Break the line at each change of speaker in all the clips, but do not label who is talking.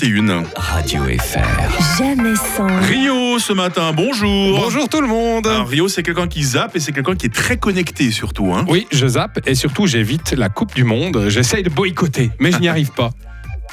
21.
Radio FR.
Jamais sans.
Rio ce matin, bonjour. Ah.
Bonjour tout le monde
Alors, Rio, c'est quelqu'un qui zappe et c'est quelqu'un qui est très connecté surtout. Hein.
Oui, je zappe et surtout j'évite la Coupe du Monde. J'essaye de boycotter, mais je n'y arrive pas.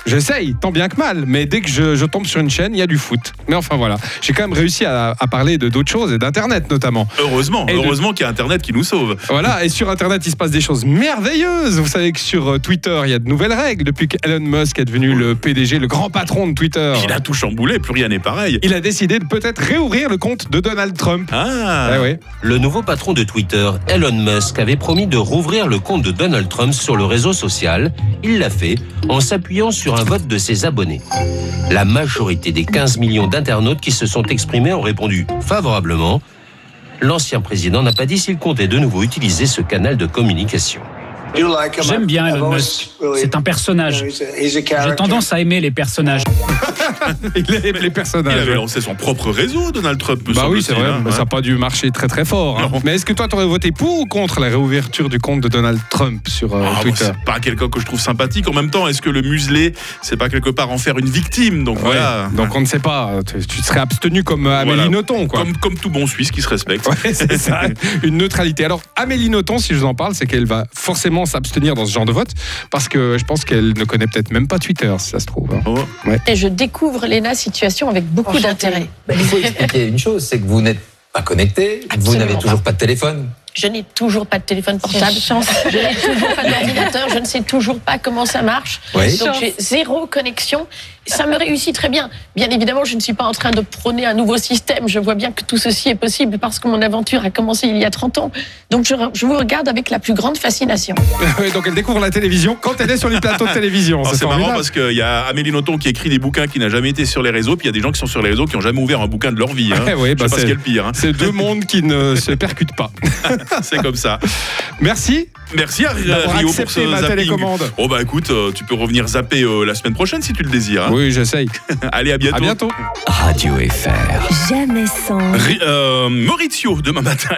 J'essaye, tant bien que mal, mais dès que je, je tombe sur une chaîne, il y a du foot. Mais enfin voilà, j'ai quand même réussi à, à parler de d'autres choses et d'Internet notamment.
Heureusement,
Et de-
heureusement qu'il y a Internet qui nous sauve.
Voilà, et sur Internet, il se passe des choses merveilleuses. Vous savez que sur euh, Twitter, il y a de nouvelles règles depuis qu'Elon Musk est devenu le PDG, le grand patron de Twitter.
Il a tout chamboulé, plus rien n'est pareil.
Il a décidé de peut-être réouvrir le compte de Donald Trump.
Ah,
Eh oui.
Le nouveau patron de Twitter, Elon Musk, avait promis de rouvrir le compte de Donald Trump sur le réseau social. Il l'a fait en s'appuyant sur un vote de ses abonnés. La majorité des 15 millions d'internautes qui se sont exprimés ont répondu favorablement. L'ancien président n'a pas dit s'il comptait de nouveau utiliser ce canal de communication.
J'aime bien Elon Musk. C'est un personnage. J'ai tendance à aimer les personnages.
Il aime les
Eh ben, il
personnages.
avait lancé son propre réseau, Donald Trump. me
Bah oui,
semble-t-il,
c'est vrai,
hein,
mais ça n'a pas dû marcher très très fort. hein.
Non.
Mais est-ce que toi, t'aurais voté pour ou contre la réouverture du compte de Donald Trump sur euh,
Ah, bon,
Twitter
c'est pas quelqu'un que je trouve sympathique. En même temps, est-ce que le museler, c'est pas quelque part en faire une victime Donc
Ouais,
voilà.
Donc on ne sait pas. Tu, tu serais abstenu comme euh, Amélie
Voilà.
Nothomb, quoi.
Comme, comme tout bon Suisse qui se respecte.
Ouais, c'est ça, une neutralité. Alors, Amélie Nothomb, si je vous en parle, c'est qu'elle va forcément s'abstenir dans ce genre de vote, parce que je pense qu'elle ne connaît peut-être même pas Twitter, si ça se trouve. hein.
Oh.
Et je découvre Léna situation avec beaucoup d'intérêt.
Ben, il faut expliquer une chose, c'est que vous n'êtes pas connecté, vous
Absolument
n'avez
pas.
toujours pas de téléphone.
Je n'ai toujours pas de téléphone portable. Je n'ai toujours pas d'ordinateur. Je ne sais toujours pas comment ça marche.
Oui.
Donc j'ai zéro connexion. Ça me réussit très bien. Bien évidemment, je ne suis pas en train de prôner un nouveau système. Je vois bien que tout ceci est possible parce que mon aventure a commencé il y a 30 ans. Donc je, je vous regarde avec la plus grande fascination.
Ouais, Donc elle découvre la télévision quand elle est sur les plateaux de télévision.
Alors,
Oh, c'est
Ah, c'est marrant
formidable.
parce qu'il y a Amélie Nothomb qui écrit des bouquins qui n'a jamais été sur les réseaux, puis il y a des gens qui sont sur les réseaux qui n'ont jamais ouvert un bouquin de leur vie. Hein.
Ouais, ouais, bah,
je sais pas ce
c'est-
qui est le pire. hein.
C'est deux mondes qui ne se percutent pas.
C'est comme ça.
Merci
Merci à Rio
d'avoir
pour
accepté
ce
ma
zapping.
télécommande.
Oh bah écoute, euh, tu peux revenir zapper euh, la semaine prochaine si tu le désires. hein.
Oui, j'essaye.
Allez, à bientôt.
À bientôt.
Radio FR.
Jamais sans.
Ri- euh, Maurizio, demain matin à la